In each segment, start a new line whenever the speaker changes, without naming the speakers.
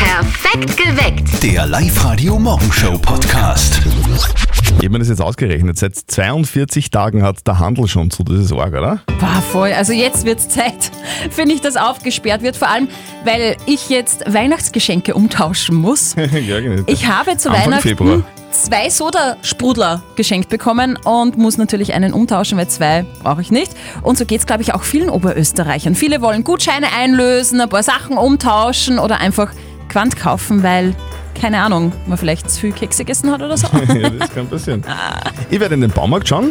Perfekt geweckt.
Der Live-Radio Morgenshow Podcast.
Ich habe mir das jetzt ausgerechnet. Seit 42 Tagen hat der Handel schon zu. Das ist arg, oder?
War voll. Also jetzt wird's Zeit, finde ich, dass aufgesperrt wird. Vor allem, weil ich jetzt Weihnachtsgeschenke umtauschen muss.
ja, genau.
Ich habe zu
Anfang
Weihnachten
Februar.
zwei Soda-Sprudler geschenkt bekommen und muss natürlich einen umtauschen, weil zwei brauche ich nicht. Und so geht's, glaube ich, auch vielen Oberösterreichern. Viele wollen Gutscheine einlösen, ein paar Sachen umtauschen oder einfach Quant kaufen, weil, keine Ahnung, man vielleicht zu viel Kekse gegessen hat oder so.
ja, das kann passieren. Ich werde in den Baumarkt schauen.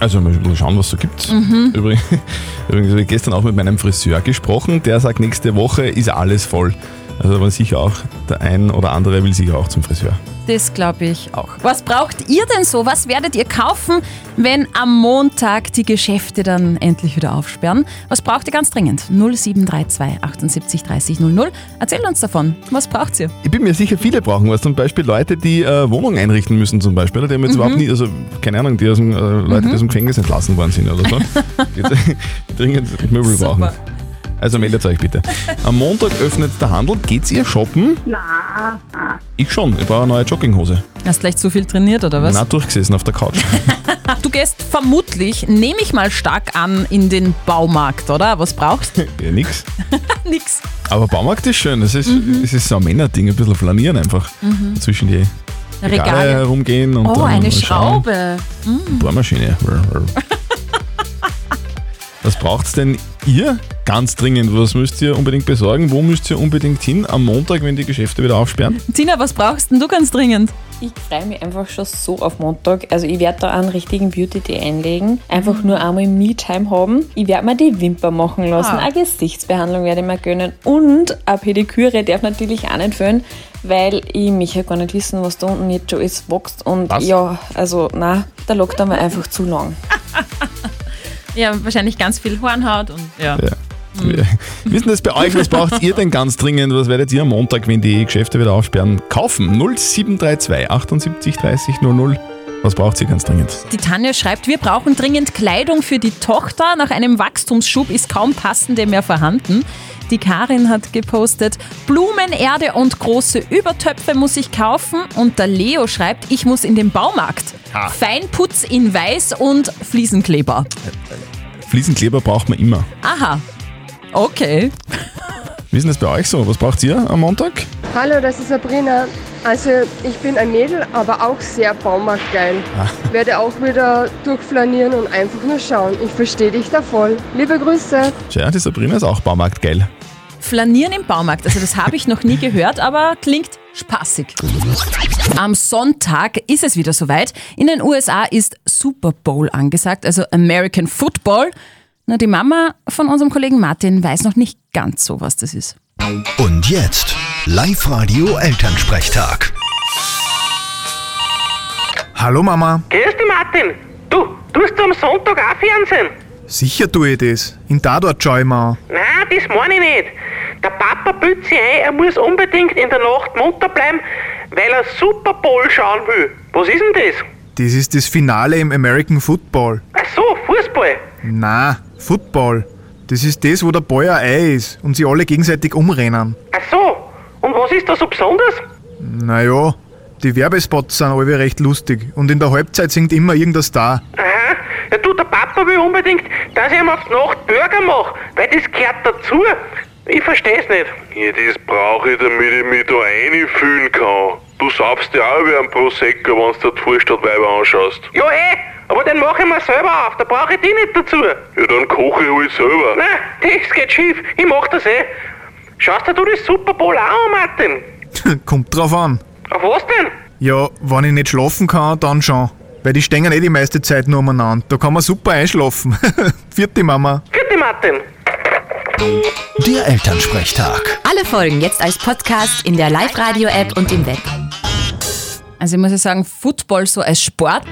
Also mal ein bisschen schauen, was es so gibt. Übrigens, übrigens habe ich gestern auch mit meinem Friseur gesprochen. Der sagt, nächste Woche ist alles voll. Also aber sicher auch, der ein oder andere will sicher auch zum Friseur.
Das glaube ich auch. Was braucht ihr denn so? Was werdet ihr kaufen, wenn am Montag die Geschäfte dann endlich wieder aufsperren? Was braucht ihr ganz dringend? 0732 78 30 00. Erzählt uns davon. Was braucht ihr?
Ich bin mir sicher, viele brauchen was. Zum Beispiel Leute, die äh, Wohnungen einrichten müssen, zum Beispiel. oder? Die haben jetzt
Mhm.
überhaupt nie, also keine Ahnung, die aus dem, äh, Leute, die aus dem Gefängnis entlassen worden sind oder so. Die dringend Möbel brauchen.
Super.
Also meldet euch bitte. Am Montag öffnet der Handel. Geht's ihr shoppen? Nein. Ich schon. Ich brauche eine neue Jogginghose.
Hast gleich zu viel trainiert oder was?
Na, durchgesessen auf der Couch.
Ach, du gehst vermutlich, nehme ich mal stark an, in den Baumarkt, oder? Was brauchst du?
ja, nix.
Nix.
Aber Baumarkt ist schön. Es ist,
Mhm.
es ist so ein Männerding, ein bisschen flanieren einfach. Zwischen die Regale,
Regale.
herumgehen und
Oh,
dann
eine
mal schauen.
Schraube.
Bohrmaschine. Was braucht's denn ihr ganz dringend? Was müsst ihr unbedingt besorgen? Wo müsst ihr unbedingt hin am Montag, wenn die Geschäfte wieder aufsperren?
Tina, was brauchst denn du ganz dringend?
Ich freue mich einfach schon so auf Montag. Also ich werde da einen richtigen Beauty Day einlegen. Einfach nur einmal Me-Time haben. Ich werde mir die Wimpern machen lassen.
Ah.
Eine Gesichtsbehandlung werde ich mir gönnen. Und eine Pediküre darf natürlich auch nicht fehlen, weil ich mich ja gar nicht wissen, was da unten jetzt schon ist, wächst. Und
Was?
ja, also na, der Lockdown war einfach zu lang.
Ja, wahrscheinlich ganz viel Hornhaut und ja.
Ja. Wir wissen das bei euch, was braucht ihr denn ganz dringend? Was werdet ihr am Montag, wenn die Geschäfte wieder aufsperren, kaufen? 0732 78 30 00. Was braucht ihr ganz dringend?
Die Tanja schreibt, wir brauchen dringend Kleidung für die Tochter. Nach einem Wachstumsschub ist kaum passende mehr vorhanden. Die Karin hat gepostet, Blumenerde und große Übertöpfe muss ich kaufen. Und der Leo schreibt, ich muss in den Baumarkt.
Ha.
Feinputz in Weiß und Fliesenkleber.
Fliesenkleber braucht man immer.
Aha. Okay.
Wir wissen das bei euch so? Was braucht ihr am Montag?
Hallo, das ist Sabrina. Also ich bin ein Mädel, aber auch sehr baumarktgeil. Werde auch wieder durchflanieren und einfach nur schauen. Ich verstehe dich da voll. Liebe Grüße.
Tja, die Sabrina ist auch Baumarktgeil.
Flanieren im Baumarkt. Also das habe ich noch nie gehört, aber klingt spaßig. Am Sonntag ist es wieder soweit. In den USA ist Super Bowl angesagt, also American Football. Na, die Mama von unserem Kollegen Martin weiß noch nicht ganz so, was das ist.
Und jetzt Live-Radio Elternsprechtag.
Hallo Mama,
Grüß dich, Martin. Du, tust du am Sonntag auch Fernsehen?
sicher tue ich das. In Tatort schaue ich mir an.
Nein, das meine ich nicht. Der Papa bildet sich ein, er muss unbedingt in der Nacht munter bleiben, weil er Super Bowl schauen will. Was ist denn das?
Das ist das Finale im American Football.
Ach so, Fußball.
Na, Ah,
Ah.
Football. Das ist das, wo der Boy ein Ei ist und sie alle gegenseitig umrennen.
Ach so. Und was ist da so besonders?
Naja, Oh, die Werbespots sind alle recht lustig und in der Halbzeit singt immer irgendein Star.
Aha. Ja, du, der Papa will unbedingt, dass ich ihm auf die Nacht Burger mache, weil das gehört dazu. Ich versteh's nicht.
Ja, das brauche ich, damit ich mich da einfühlen kann. Du saufst ja auch wie ein Prosecco, wenn du dir die Vorstadtweiber anschaust.
Ja, eh, aber den mache ich mir selber auf, da brauche ich dich nicht dazu.
Ja, dann koche ich halt selber.
Nein, das geht schief, ich mach das eh. Schaust dir du das Super Bowl auch an, Martin?
Kommt drauf an.
Auf was denn?
Ja, wenn ich nicht schlafen kann, dann schon. Weil die stehen eh die meiste Zeit nur umeinander. Da kann man super einschlafen. Vierte Mama.
Vierte Martin.
Der Elternsprechtag.
Alle Folgen jetzt als Podcast in der Live-Radio-App und im Web.
Also ich muss ja sagen, Football so als Sport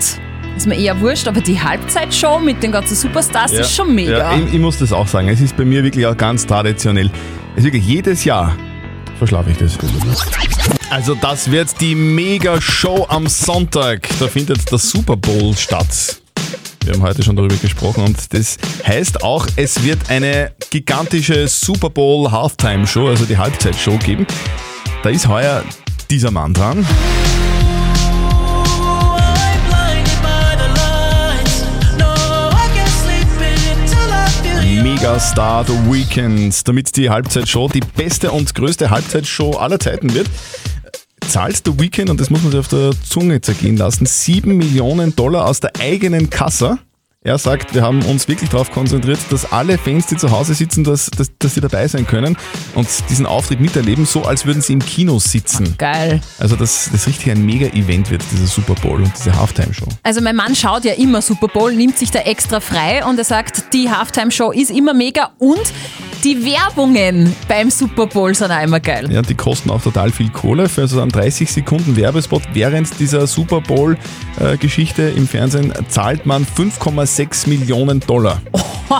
ist mir eher wurscht, aber die Halbzeitshow mit den ganzen Superstars ist schon mega.
Ja, ich, ich muss das auch sagen. Es ist bei mir wirklich auch ganz traditionell. Es ist wirklich jedes Jahr verschlafe ich das. Also das wird die Mega-Show am Sonntag. Da findet der Super Bowl statt. Wir haben heute schon darüber gesprochen und das heißt auch, es wird eine gigantische Super Bowl Halftime Show, also die Halbzeitshow geben. Da ist heuer dieser Mann dran. Megastar The Weekend, damit die Halbzeitshow die beste und größte Halbzeitshow aller Zeiten wird. Zahlt The Weekend, und das muss man sich auf der Zunge zergehen lassen, 7 Millionen Dollar aus der eigenen Kasse. Er sagt, wir haben uns wirklich darauf konzentriert, dass alle Fans, die zu Hause sitzen, dass, dass, dass sie dabei sein können und diesen Auftritt miterleben, so als würden sie im Kino sitzen.
Geil.
Also, dass das richtig ein Mega-Event wird, dieser Super Bowl und diese Halftime-Show.
Also mein Mann schaut ja immer Super Bowl, nimmt sich da extra frei und er sagt, die Halftime-Show ist immer mega und die Werbungen beim Super Bowl sind auch immer geil.
Ja, die kosten auch total viel Kohle für so einen 30 Sekunden Werbespot. Während dieser Super Bowl-Geschichte im Fernsehen zahlt man 5,6 Millionen Dollar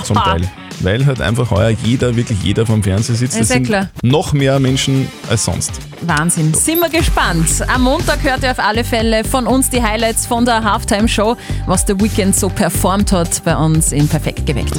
zum Teil. Weil halt einfach heuer jeder, wirklich jeder vom Fernseher sitzt.
Ist
Das
ja
sind
klar.
noch mehr Menschen als sonst.
Wahnsinn. Sind wir gespannt. Am Montag hört ihr auf alle Fälle von uns die Highlights von der Halftime-Show, was der Weekend so performt hat bei uns in Perfekt geweckt.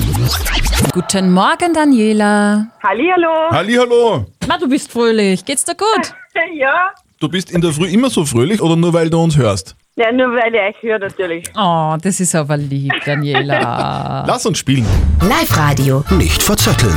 Guten Morgen, Daniela.
Hallihallo.
Hallihallo!
Na, du bist fröhlich. Geht's dir gut?
Ja.
Du bist in der Früh immer so fröhlich oder nur weil du uns hörst?
ja, nur weil ich euch höre natürlich.
Oh, das ist aber lieb, Daniela.
Lass uns spielen.
Live-Radio.
Nicht verzetteln.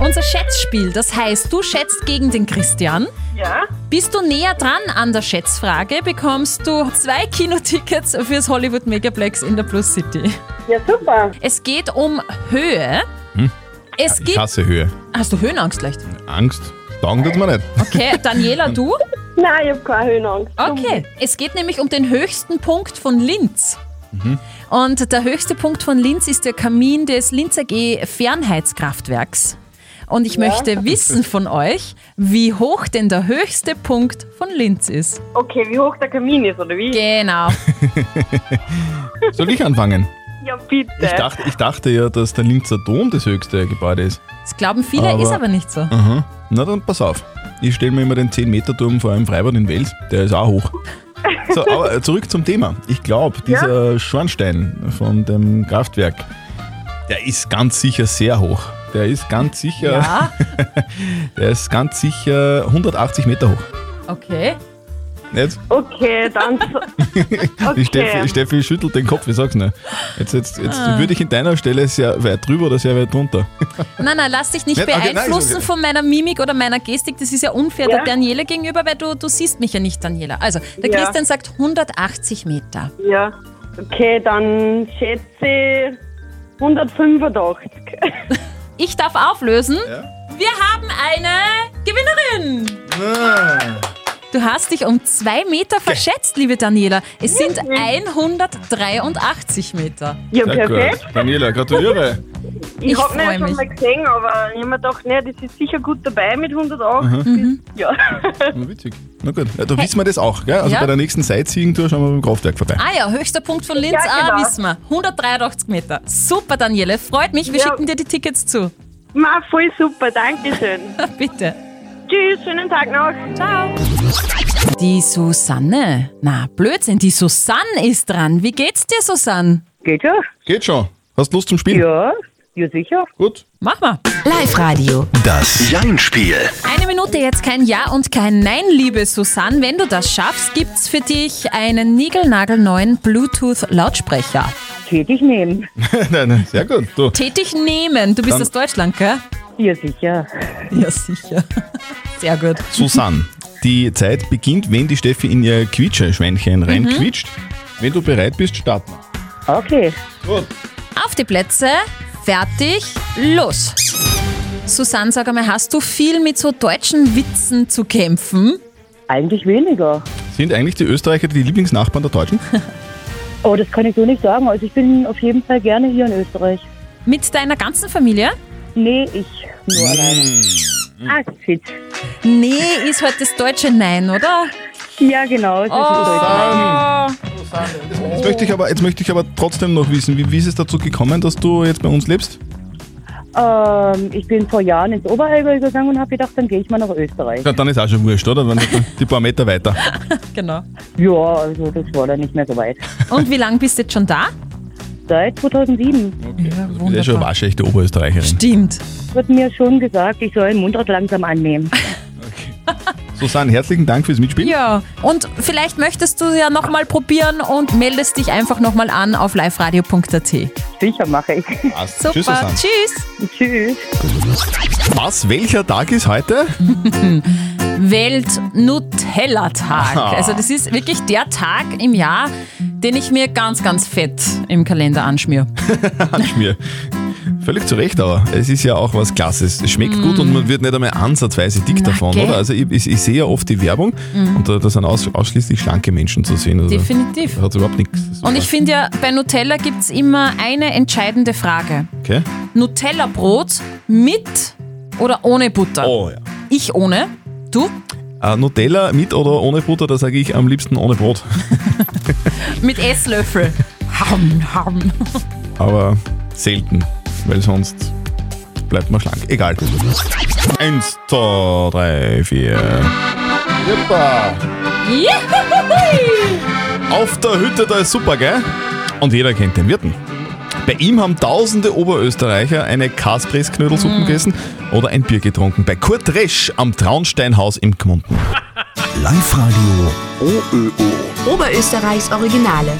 Unser Schätzspiel, das heißt, du schätzt gegen den Christian.
Ja.
Bist du näher dran an der Schätzfrage, bekommst du zwei Kinotickets fürs Hollywood Megaplex in der Plus City.
Ja, super.
Es geht um Höhe. Es
Ich
gibt.
hasse Höhe.
Hast du Höhenangst leicht?
Angst? Taugen tut's mir nicht.
Okay, Daniela, du?
Nein, ich habe keine Höhenangst.
Okay. Es geht nämlich um den höchsten Punkt von Linz. Und der höchste Punkt von Linz ist der Kamin des Linzer G Fernheitskraftwerks. Und ich möchte wissen von euch, wie hoch denn der höchste Punkt von Linz ist.
Okay, wie hoch der Kamin ist, oder wie?
Genau.
Soll ich anfangen?
Ja, bitte.
Ich dachte, ich dachte ja, dass der Linzer Dom das höchste Gebäude ist.
Das glauben viele,
Aber-
ist aber nicht so.
Na dann pass auf. Ich stelle mir immer den 10-Meter-Turm vor einem Freibad in Wels. Der ist auch hoch. So, aber äh, zurück zum Thema. Ich glaube, dieser Schornstein von dem Kraftwerk, der ist ganz sicher sehr hoch. Der ist ganz sicher,
Ja,
der ist ganz sicher 180 Meter hoch.
okay.
Jetzt,
Okay, dann.
die Steffi, Steffi schüttelt den Kopf, ich sag's nicht. Jetzt, jetzt, jetzt
Ah.
würde ich in deiner Stelle sehr weit drüber oder sehr weit drunter.
Nein, nein, lass dich nicht
Nicht? Okay, nein, ist
beeinflussen
okay.
von meiner Mimik oder meiner Gestik. Das ist ja unfair
Ja.
der Daniela gegenüber, weil du, du siehst mich ja nicht, Daniela. Also, der
Ja.
Christian sagt 180 Meter.
Ja. Okay, dann schätze ich 185.
Ich darf auflösen. Wir haben eine Gewinnerin.
Ah.
Du hast dich um zwei Meter verschätzt, liebe Daniela. Es sind 183 Meter.
Ja,
Sehr
perfekt.
gut. Daniela, gratuliere.
Ich
Ich, hab habe
freu
ihn schon
mich.
mal gesehen, aber ich habe mir gedacht, nee, das ist sicher gut dabei mit 108. Ja.
Na, Witzig. Na gut, ja, da wissen wir das auch, gell? Also
Ja.
bei der nächsten Sightseeing-Tour schauen wir beim Kraftwerk vorbei.
Ah ja, höchster Punkt von Linz,
Ja,
ah,
genau.
wissen wir. 183 Meter. Super, Daniele. Freut mich. Wir
Ja.
schicken dir die Tickets zu.
Ma, voll super, Dankeschön.
Bitte.
Tschüss, schönen Tag noch.
Ciao. Die Susanne. Na, Blödsinn. Die Susanne ist dran. Wie geht's dir, Susanne?
Geht ja?
Geht schon. Hast Lust zum Spielen?
Ja, ja sicher.
Gut.
Mach mal.
Live-Radio.
Das Jein-Spiel.
Eine Minute jetzt kein Ja und kein Nein, liebe Susanne. Wenn du das schaffst, gibt's für dich einen niegelnagelneuen Bluetooth-Lautsprecher.
Hätte ich nehmen.
nein, nein, sehr gut. Du.
Tätig nehmen. Du bist
Dann-
aus Deutschland, gell?
Ja, sicher.
Ja, sicher. Sehr gut.
Susanne, die Zeit beginnt, wenn die Steffi in ihr Quietscheschweinchen
Mhm.
reinquietscht. Wenn du bereit bist, starten.
Okay.
Gut.
Auf die Plätze. Fertig. Los. Susanne, sag einmal, hast du viel mit so deutschen Witzen zu kämpfen?
Eigentlich weniger.
Sind eigentlich die Österreicher die Lieblingsnachbarn der Deutschen?
Oh, das kann ich so nicht sagen. Also ich bin auf jeden Fall gerne hier in Österreich.
Mit deiner ganzen Familie?
Nee, ich nur
Mm.
allein. Ah, shit.
Nee, ist halt das deutsche Nein, oder? Oh,
Ja, genau. Es ist ein
Jetzt, möchte ich aber, jetzt möchte ich aber trotzdem noch wissen, wie, wie ist es dazu gekommen, dass du jetzt bei uns lebst?
Deutscher. ähm, ich bin vor Jahren ins Oberallgäu gegangen und habe gedacht, dann gehe ich mal nach Österreich.
Ja, dann ist auch schon wurscht, oder? Dann die paar Meter weiter.
Genau.
Ja, also das war dann nicht mehr so weit.
Und wie lange bist du jetzt schon da?
Seit 2007
Ja,
Das ist eh schon wahrscheinlich die Oberösterreicherin.
Stimmt.
wird mir schon gesagt, ich soll den Mundart langsam annehmen.
Susanne, herzlichen Dank fürs Mitspielen.
Ja, und vielleicht möchtest du ja nochmal probieren und meldest dich einfach nochmal an auf liveradio.at.
Sicher mache ich.
Passt. Tschüss,
Super,
Susanne.
tschüss.
Tschüss.
Was, welcher Tag ist heute?
Welt-Nutella-Tag.
Ah.
Also das ist wirklich der Tag im Jahr, den ich mir ganz, ganz fett im Kalender anschmier.
Mir. Völlig zu Recht, aber es ist ja auch was Klasses. Es schmeckt gut und man wird nicht einmal ansatzweise dick davon,
gell? Mhm.
oder? Also ich, ich, ich sehe ja oft die Werbung und da, da sind aus, ausschließlich schlanke Menschen zu sehen. Also
Definitiv.
Da hat überhaupt nichts.
Und ich finde ja, bei Nutella gibt es immer eine entscheidende Frage.
Okay.
Nutella-Brot mit oder ohne Butter?
Oh ja.
Ich ohne, du
Äh, Nutella mit oder ohne Butter, da sage ich am liebsten ohne Brot.
mit Esslöffel. Ham, ham.
Aber selten, weil sonst bleibt man schlank. Egal. Eins, zwei, drei, vier. Super.
Juhu!
Auf der Hütte, da ist super, gell? Und jeder kennt den Wirten. Bei ihm haben tausende Oberösterreicher eine Kaspressknödelsuppe gegessen oder ein Bier getrunken. Bei Kurt Resch am Traunsteinhaus im Gmunden.
Live-Radio OÖO.
Oberösterreichs Originale.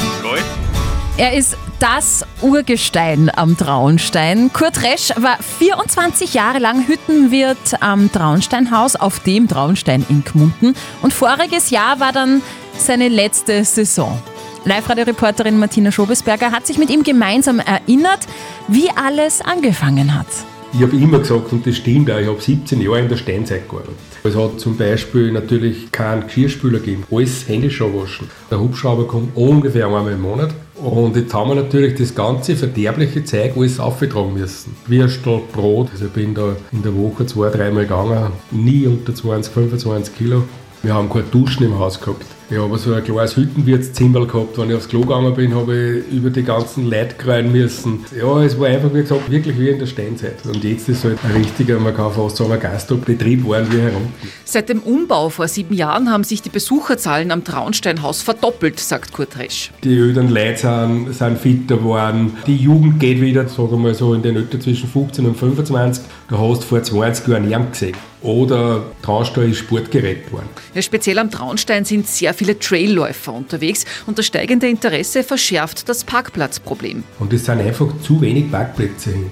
Er ist das Urgestein am Traunstein. Kurt Resch war 24 Jahre lang Hüttenwirt am Traunsteinhaus auf dem Traunstein in Gmunden. Und voriges Jahr war dann seine letzte Saison. Live-Radio-Reporterin Martina Schobesberger hat sich mit ihm gemeinsam erinnert, wie alles angefangen hat.
Ich habe immer gesagt, und das stimmt auch, ich habe 17 Jahre in der Steinzeit gearbeitet. Es hat zum Beispiel natürlich keinen Geschirrspüler gegeben, alles händisch waschen. Der Hubschrauber kommt ungefähr einmal im Monat. Und jetzt haben wir natürlich das ganze verderbliche Zeug alles aufgetragen müssen. Würstel, Brot, also ich bin da in der Woche zwei, dreimal gegangen, nie unter 20, 25 Kilo. Wir haben keine Duschen im Haus gehabt. Ich habe so ein kleines Hüttenwirtszimmer gehabt. Wenn ich aufs Klo gegangen bin, habe ich über die ganzen Leute kreien müssen. Ja, es war einfach, wie gesagt, wirklich wie in der Steinzeit. Und jetzt ist es halt ein richtiger, man kann fast sagen, ein Gastrobetrieb waren wir herum.
Seit dem Umbau vor sieben Jahren haben sich die Besucherzahlen am Traunsteinhaus verdoppelt, sagt Kurt Resch.
Die öden Leute sind, sind fitter geworden. Die Jugend geht wieder, sagen wir mal so, in den Öten zwischen 15 und 25. Da hast du vor 20 Jahren niemand gesehen. Oder Traunstall ist Sportgerät geworden.
Ja, speziell am Traunstein sind sehr viele Trailläufer unterwegs und das steigende Interesse verschärft das Parkplatzproblem.
Und es sind einfach zu wenig Parkplätze hinten.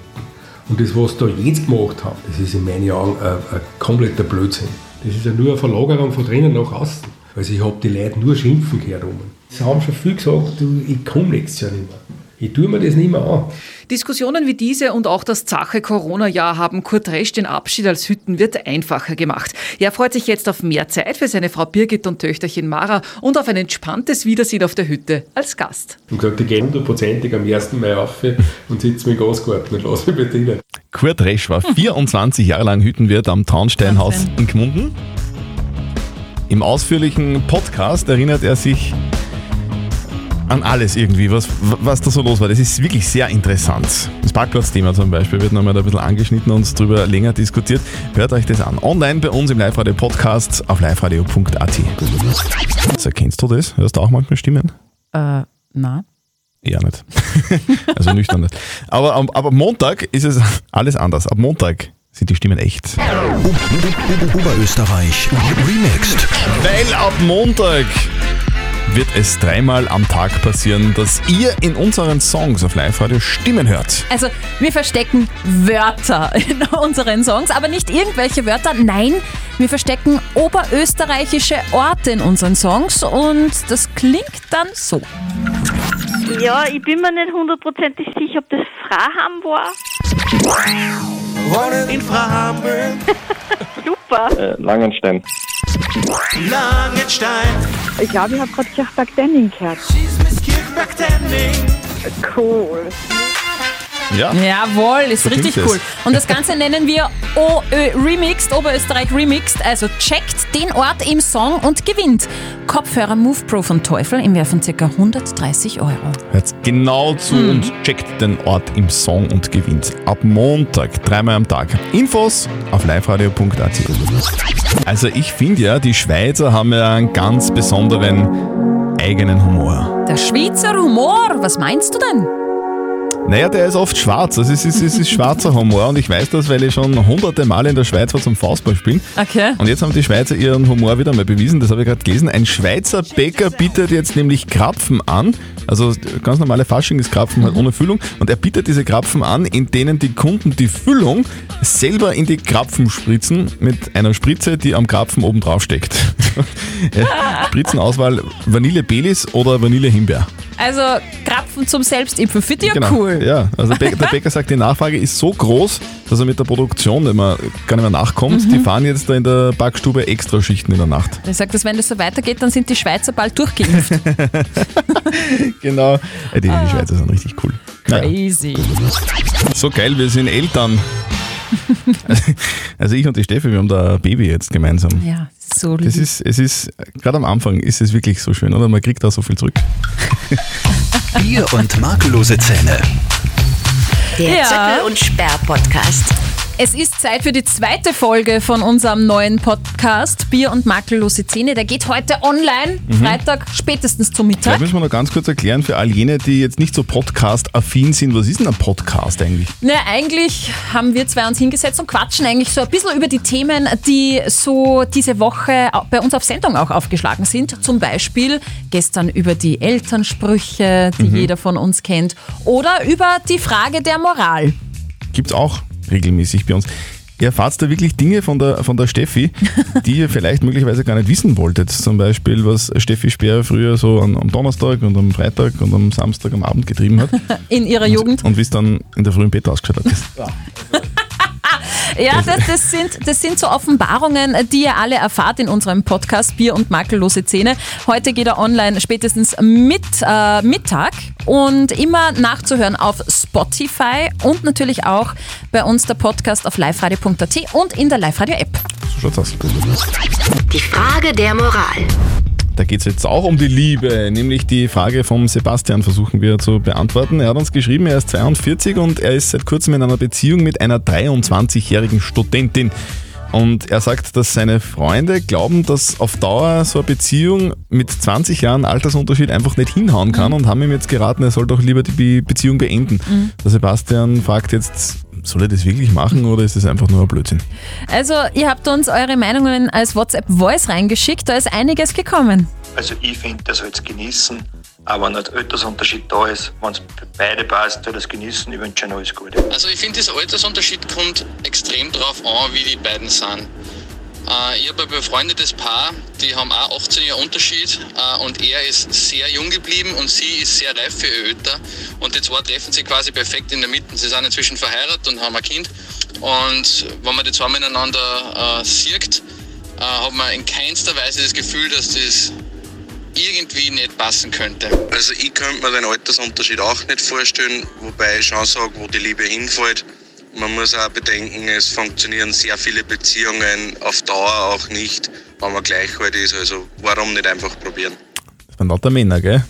Und das, was da jetzt gemacht haben, das ist in meinen Augen ein, ein kompletter Blödsinn. Das ist ja nur eine Verlagerung von drinnen nach außen. Also ich habe die Leute nur schimpfen gehört. oben. Sie haben schon viel gesagt, du, ich komme nächstes Jahr nicht mehr. Ich tue mir das nicht mehr an.
Diskussionen wie diese und auch das zache Corona-Jahr haben Kurt Resch den Abschied als Hüttenwirt einfacher gemacht. Er freut sich jetzt auf mehr Zeit für seine Frau Birgit und Töchterchen Mara und auf ein entspanntes Wiedersehen auf der Hütte als Gast.
Und gesagt, ich gehe hundertprozentig am 1. Mai auf und sitze mit dem Gasgarten und lasse mich bedienen.
Kurt Resch war 24 Jahre lang Hüttenwirt am Traunsteinhaus in Gmunden. Im ausführlichen Podcast erinnert er sich an alles irgendwie, was, was da so los war. Das ist wirklich sehr interessant. Das Parkplatzthema zum Beispiel wird nochmal ein bisschen angeschnitten und drüber länger diskutiert. Hört euch das an. Online bei uns im Live-Radio-Podcast auf liveradio.at. So, kennst du das? Hörst du auch manchmal Stimmen?
Äh, na?
Eher nicht. also nüchtern nicht. Aber am aber am Montag ist es alles anders. Ab Montag sind die Stimmen echt.
Oberösterreich Remixed.
Weil ab Montag wird es dreimal am Tag passieren, dass ihr in unseren Songs auf Live-Radio Stimmen hört.
Also, wir verstecken Wörter in unseren Songs, aber nicht irgendwelche Wörter, nein, wir verstecken oberösterreichische Orte in unseren Songs und das klingt dann so.
Ja, ich bin mir nicht hundertprozentig sicher, ob das Fraham war.
Wohnen in Freihamburg.
Super.
Langenstein. Langenstein.
Ich glaube, ich habe gerade Kirchberg-Denning gehört. Cool.
Ja.
Jawohl, ist
So klingt
richtig
es.
cool. Und das Ganze nennen wir OÖ Remixed, Oberösterreich Remixed. Also checkt den Ort im Song und gewinnt. Kopfhörer Move Pro von Teufel im Wert von ca. 130 Euro.
Hört genau zu und checkt den Ort im Song und gewinnt. Ab Montag, dreimal am Tag. Infos auf liveradio.at. Also ich finde ja, die Schweizer haben ja einen ganz besonderen eigenen Humor.
Der Schweizer Humor, was meinst du denn?
Naja, der ist oft schwarz. Also es ist, es ist schwarzer Humor und ich weiß das, weil ich schon hunderte Male in der Schweiz war zum Faustball spielen.
Okay.
Und jetzt haben die Schweizer ihren Humor wieder mal bewiesen, das habe ich gerade gelesen. Ein Schweizer Bäcker bietet jetzt nämlich Krapfen an, also ganz normale Faschingskrapfen halt ohne Füllung. Und er bietet diese Krapfen an, in denen die Kunden die Füllung selber in die Krapfen spritzen, mit einer Spritze, die am Krapfen oben drauf steckt. Ja, Spritzenauswahl Vanille Belis oder Vanille Himbeer.
Also Krapfen zum Selbstimpfen. Für dich cool.
Ja, also der Bäcker, der Bäcker sagt, die Nachfrage ist so groß, dass er mit der Produktion immer gar nicht mehr nachkommt.
Mhm.
Die fahren jetzt da in der Backstube Extraschichten in der Nacht.
Er sagt, dass wenn das so weitergeht, dann sind die Schweizer bald durchgeimpft.
Genau. Äh, Die, die Schweizer sind richtig cool.
Ah. Crazy.
So geil, wir sind Eltern. Also- Also ich und die Steffi, wir haben da ein Baby jetzt gemeinsam.
Ja, so lieb.
Das ist, es ist, gerade am Anfang ist es wirklich so schön, oder? Man kriegt da so viel zurück.
Bier und makellose Zähne.
Der
Ja.
Zettel und Sperr Podcast.
Es ist Zeit für die zweite Folge von unserem neuen Podcast Bier und makellose Zähne. Der geht heute online,
Mhm.
Freitag spätestens zum
Vielleicht
Mittag.
müssen wir noch ganz kurz erklären für all jene, die jetzt nicht so Podcast-affin sind, was ist denn ein Podcast eigentlich?
Na, eigentlich haben wir zwei uns hingesetzt und quatschen eigentlich so ein bisschen über die Themen, die so diese Woche au- bei uns auf Sendung auch aufgeschlagen sind. Zum Beispiel gestern über die Elternsprüche, die
Mhm.
jeder von uns kennt, oder über die Frage der Moral.
Gibt's auch regelmäßig bei uns. Ihr erfahrt da wirklich Dinge von der, von der Steffi, die ihr vielleicht möglicherweise gar nicht wissen wolltet. Zum Beispiel, was Steffi Speer früher so am, am Donnerstag und am Freitag und am Samstag am Abend getrieben hat.
In ihrer Jugend.
Und wie es dann in der frühen Beta ausgeschaut hat.
Ja, das, das, sind, das sind so Offenbarungen, die ihr alle erfahrt in unserem Podcast Bier und makellose Zähne. Heute geht er online spätestens mit äh, Mittag und immer nachzuhören auf Spotify und natürlich auch bei uns der Podcast auf liveradio.at und in der Live-Radio-App.
So schaut's aus.
Die Frage der Moral.
Da geht es jetzt auch um die Liebe, nämlich die Frage vom Sebastian versuchen wir zu beantworten. Er hat uns geschrieben, er ist 42 und er ist seit kurzem in einer Beziehung mit einer 23-jährigen Studentin. Und er sagt, dass seine Freunde glauben, dass auf Dauer so eine Beziehung mit 20 Jahren Altersunterschied einfach nicht hinhauen kann und haben ihm jetzt geraten, er soll doch lieber die Be Beziehung beenden.
Mhm.
Der Sebastian fragt jetzt, soll er das wirklich machen oder ist das einfach nur ein Blödsinn?
Also, ihr habt uns eure Meinungen als WhatsApp-Voice reingeschickt, da ist einiges gekommen.
Also ich finde, das soll es genießen. Aber wenn ein Altersunterschied da ist, wenn es für beide passt, soll das genießen. Ich wünsche Ihnen alles Gute.
Also ich finde, dieser Altersunterschied kommt extrem drauf an, wie die beiden sind. Äh, ich habe ein befreundetes Paar, die haben auch 18 Jahre Unterschied äh, und er ist sehr jung geblieben und sie ist sehr reif für ihr Alter. Und die zwei treffen sich quasi perfekt in der Mitte. Sie sind inzwischen verheiratet und haben ein Kind. Und wenn man die zwei miteinander äh, sieht, äh, hat man in keinster Weise das Gefühl, dass das irgendwie nicht passen könnte.
Also ich könnte mir den Altersunterschied auch nicht vorstellen, wobei ich schon sage, wo die Liebe hinfällt. Man muss auch bedenken, es funktionieren sehr viele Beziehungen auf Dauer auch nicht, wenn man gleich alt ist. Also warum nicht einfach probieren?
Das waren lauter Männer, gell?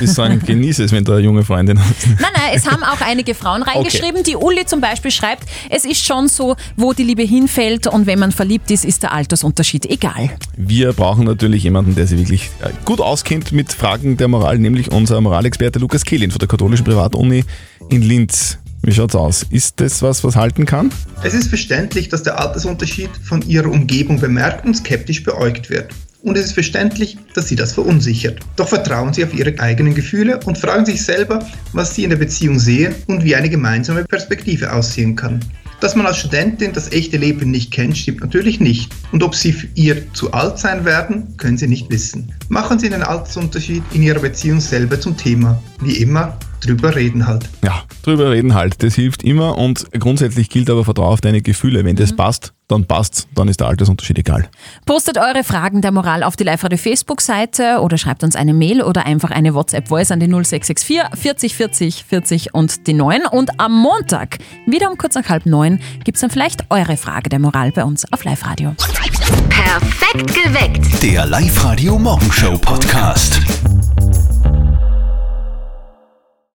Die sagen, genieße es, wenn du eine junge Freundin hast.
Nein, nein, es haben auch einige Frauen reingeschrieben. Die Uli zum Beispiel schreibt, es ist schon so, wo die Liebe hinfällt und wenn man verliebt ist, ist der Altersunterschied egal.
Wir brauchen natürlich jemanden, der sich wirklich äh, gut auskennt mit Fragen der Moral, nämlich unser Moralexperte Lukas Kehlin von der katholischen Privatuni in Linz. Wie schaut's aus? Ist das was, was halten kann?
Es ist verständlich, dass der Altersunterschied von ihrer Umgebung bemerkt und skeptisch beäugt wird. Und es ist verständlich, dass sie das verunsichert. Doch vertrauen sie auf ihre eigenen Gefühle und fragen sich selber, was sie in der Beziehung sehe und wie eine gemeinsame Perspektive aussehen kann. Dass man als Studentin das echte Leben nicht kennt, stimmt natürlich nicht. Und ob sie für ihr zu alt sein werden, können sie nicht wissen. Machen sie den Altersunterschied in ihrer Beziehung selber zum Thema. Wie immer, drüber reden halt.
Ja, drüber reden halt. Das hilft immer und grundsätzlich gilt aber Vertrau auf deine Gefühle. Wenn das passt, dann passt's. Dann ist der Altersunterschied egal.
Postet eure Fragen der Moral auf die Live-Radio Facebook-Seite oder schreibt uns eine Mail oder einfach eine WhatsApp-Voice an die 0664 40 40 40 und die 9. Und am Montag, wieder um kurz nach halb neun, gibt es dann vielleicht eure Frage der Moral bei uns auf Live-Radio.
Perfekt geweckt.
Der Live-Radio Morgenshow Podcast.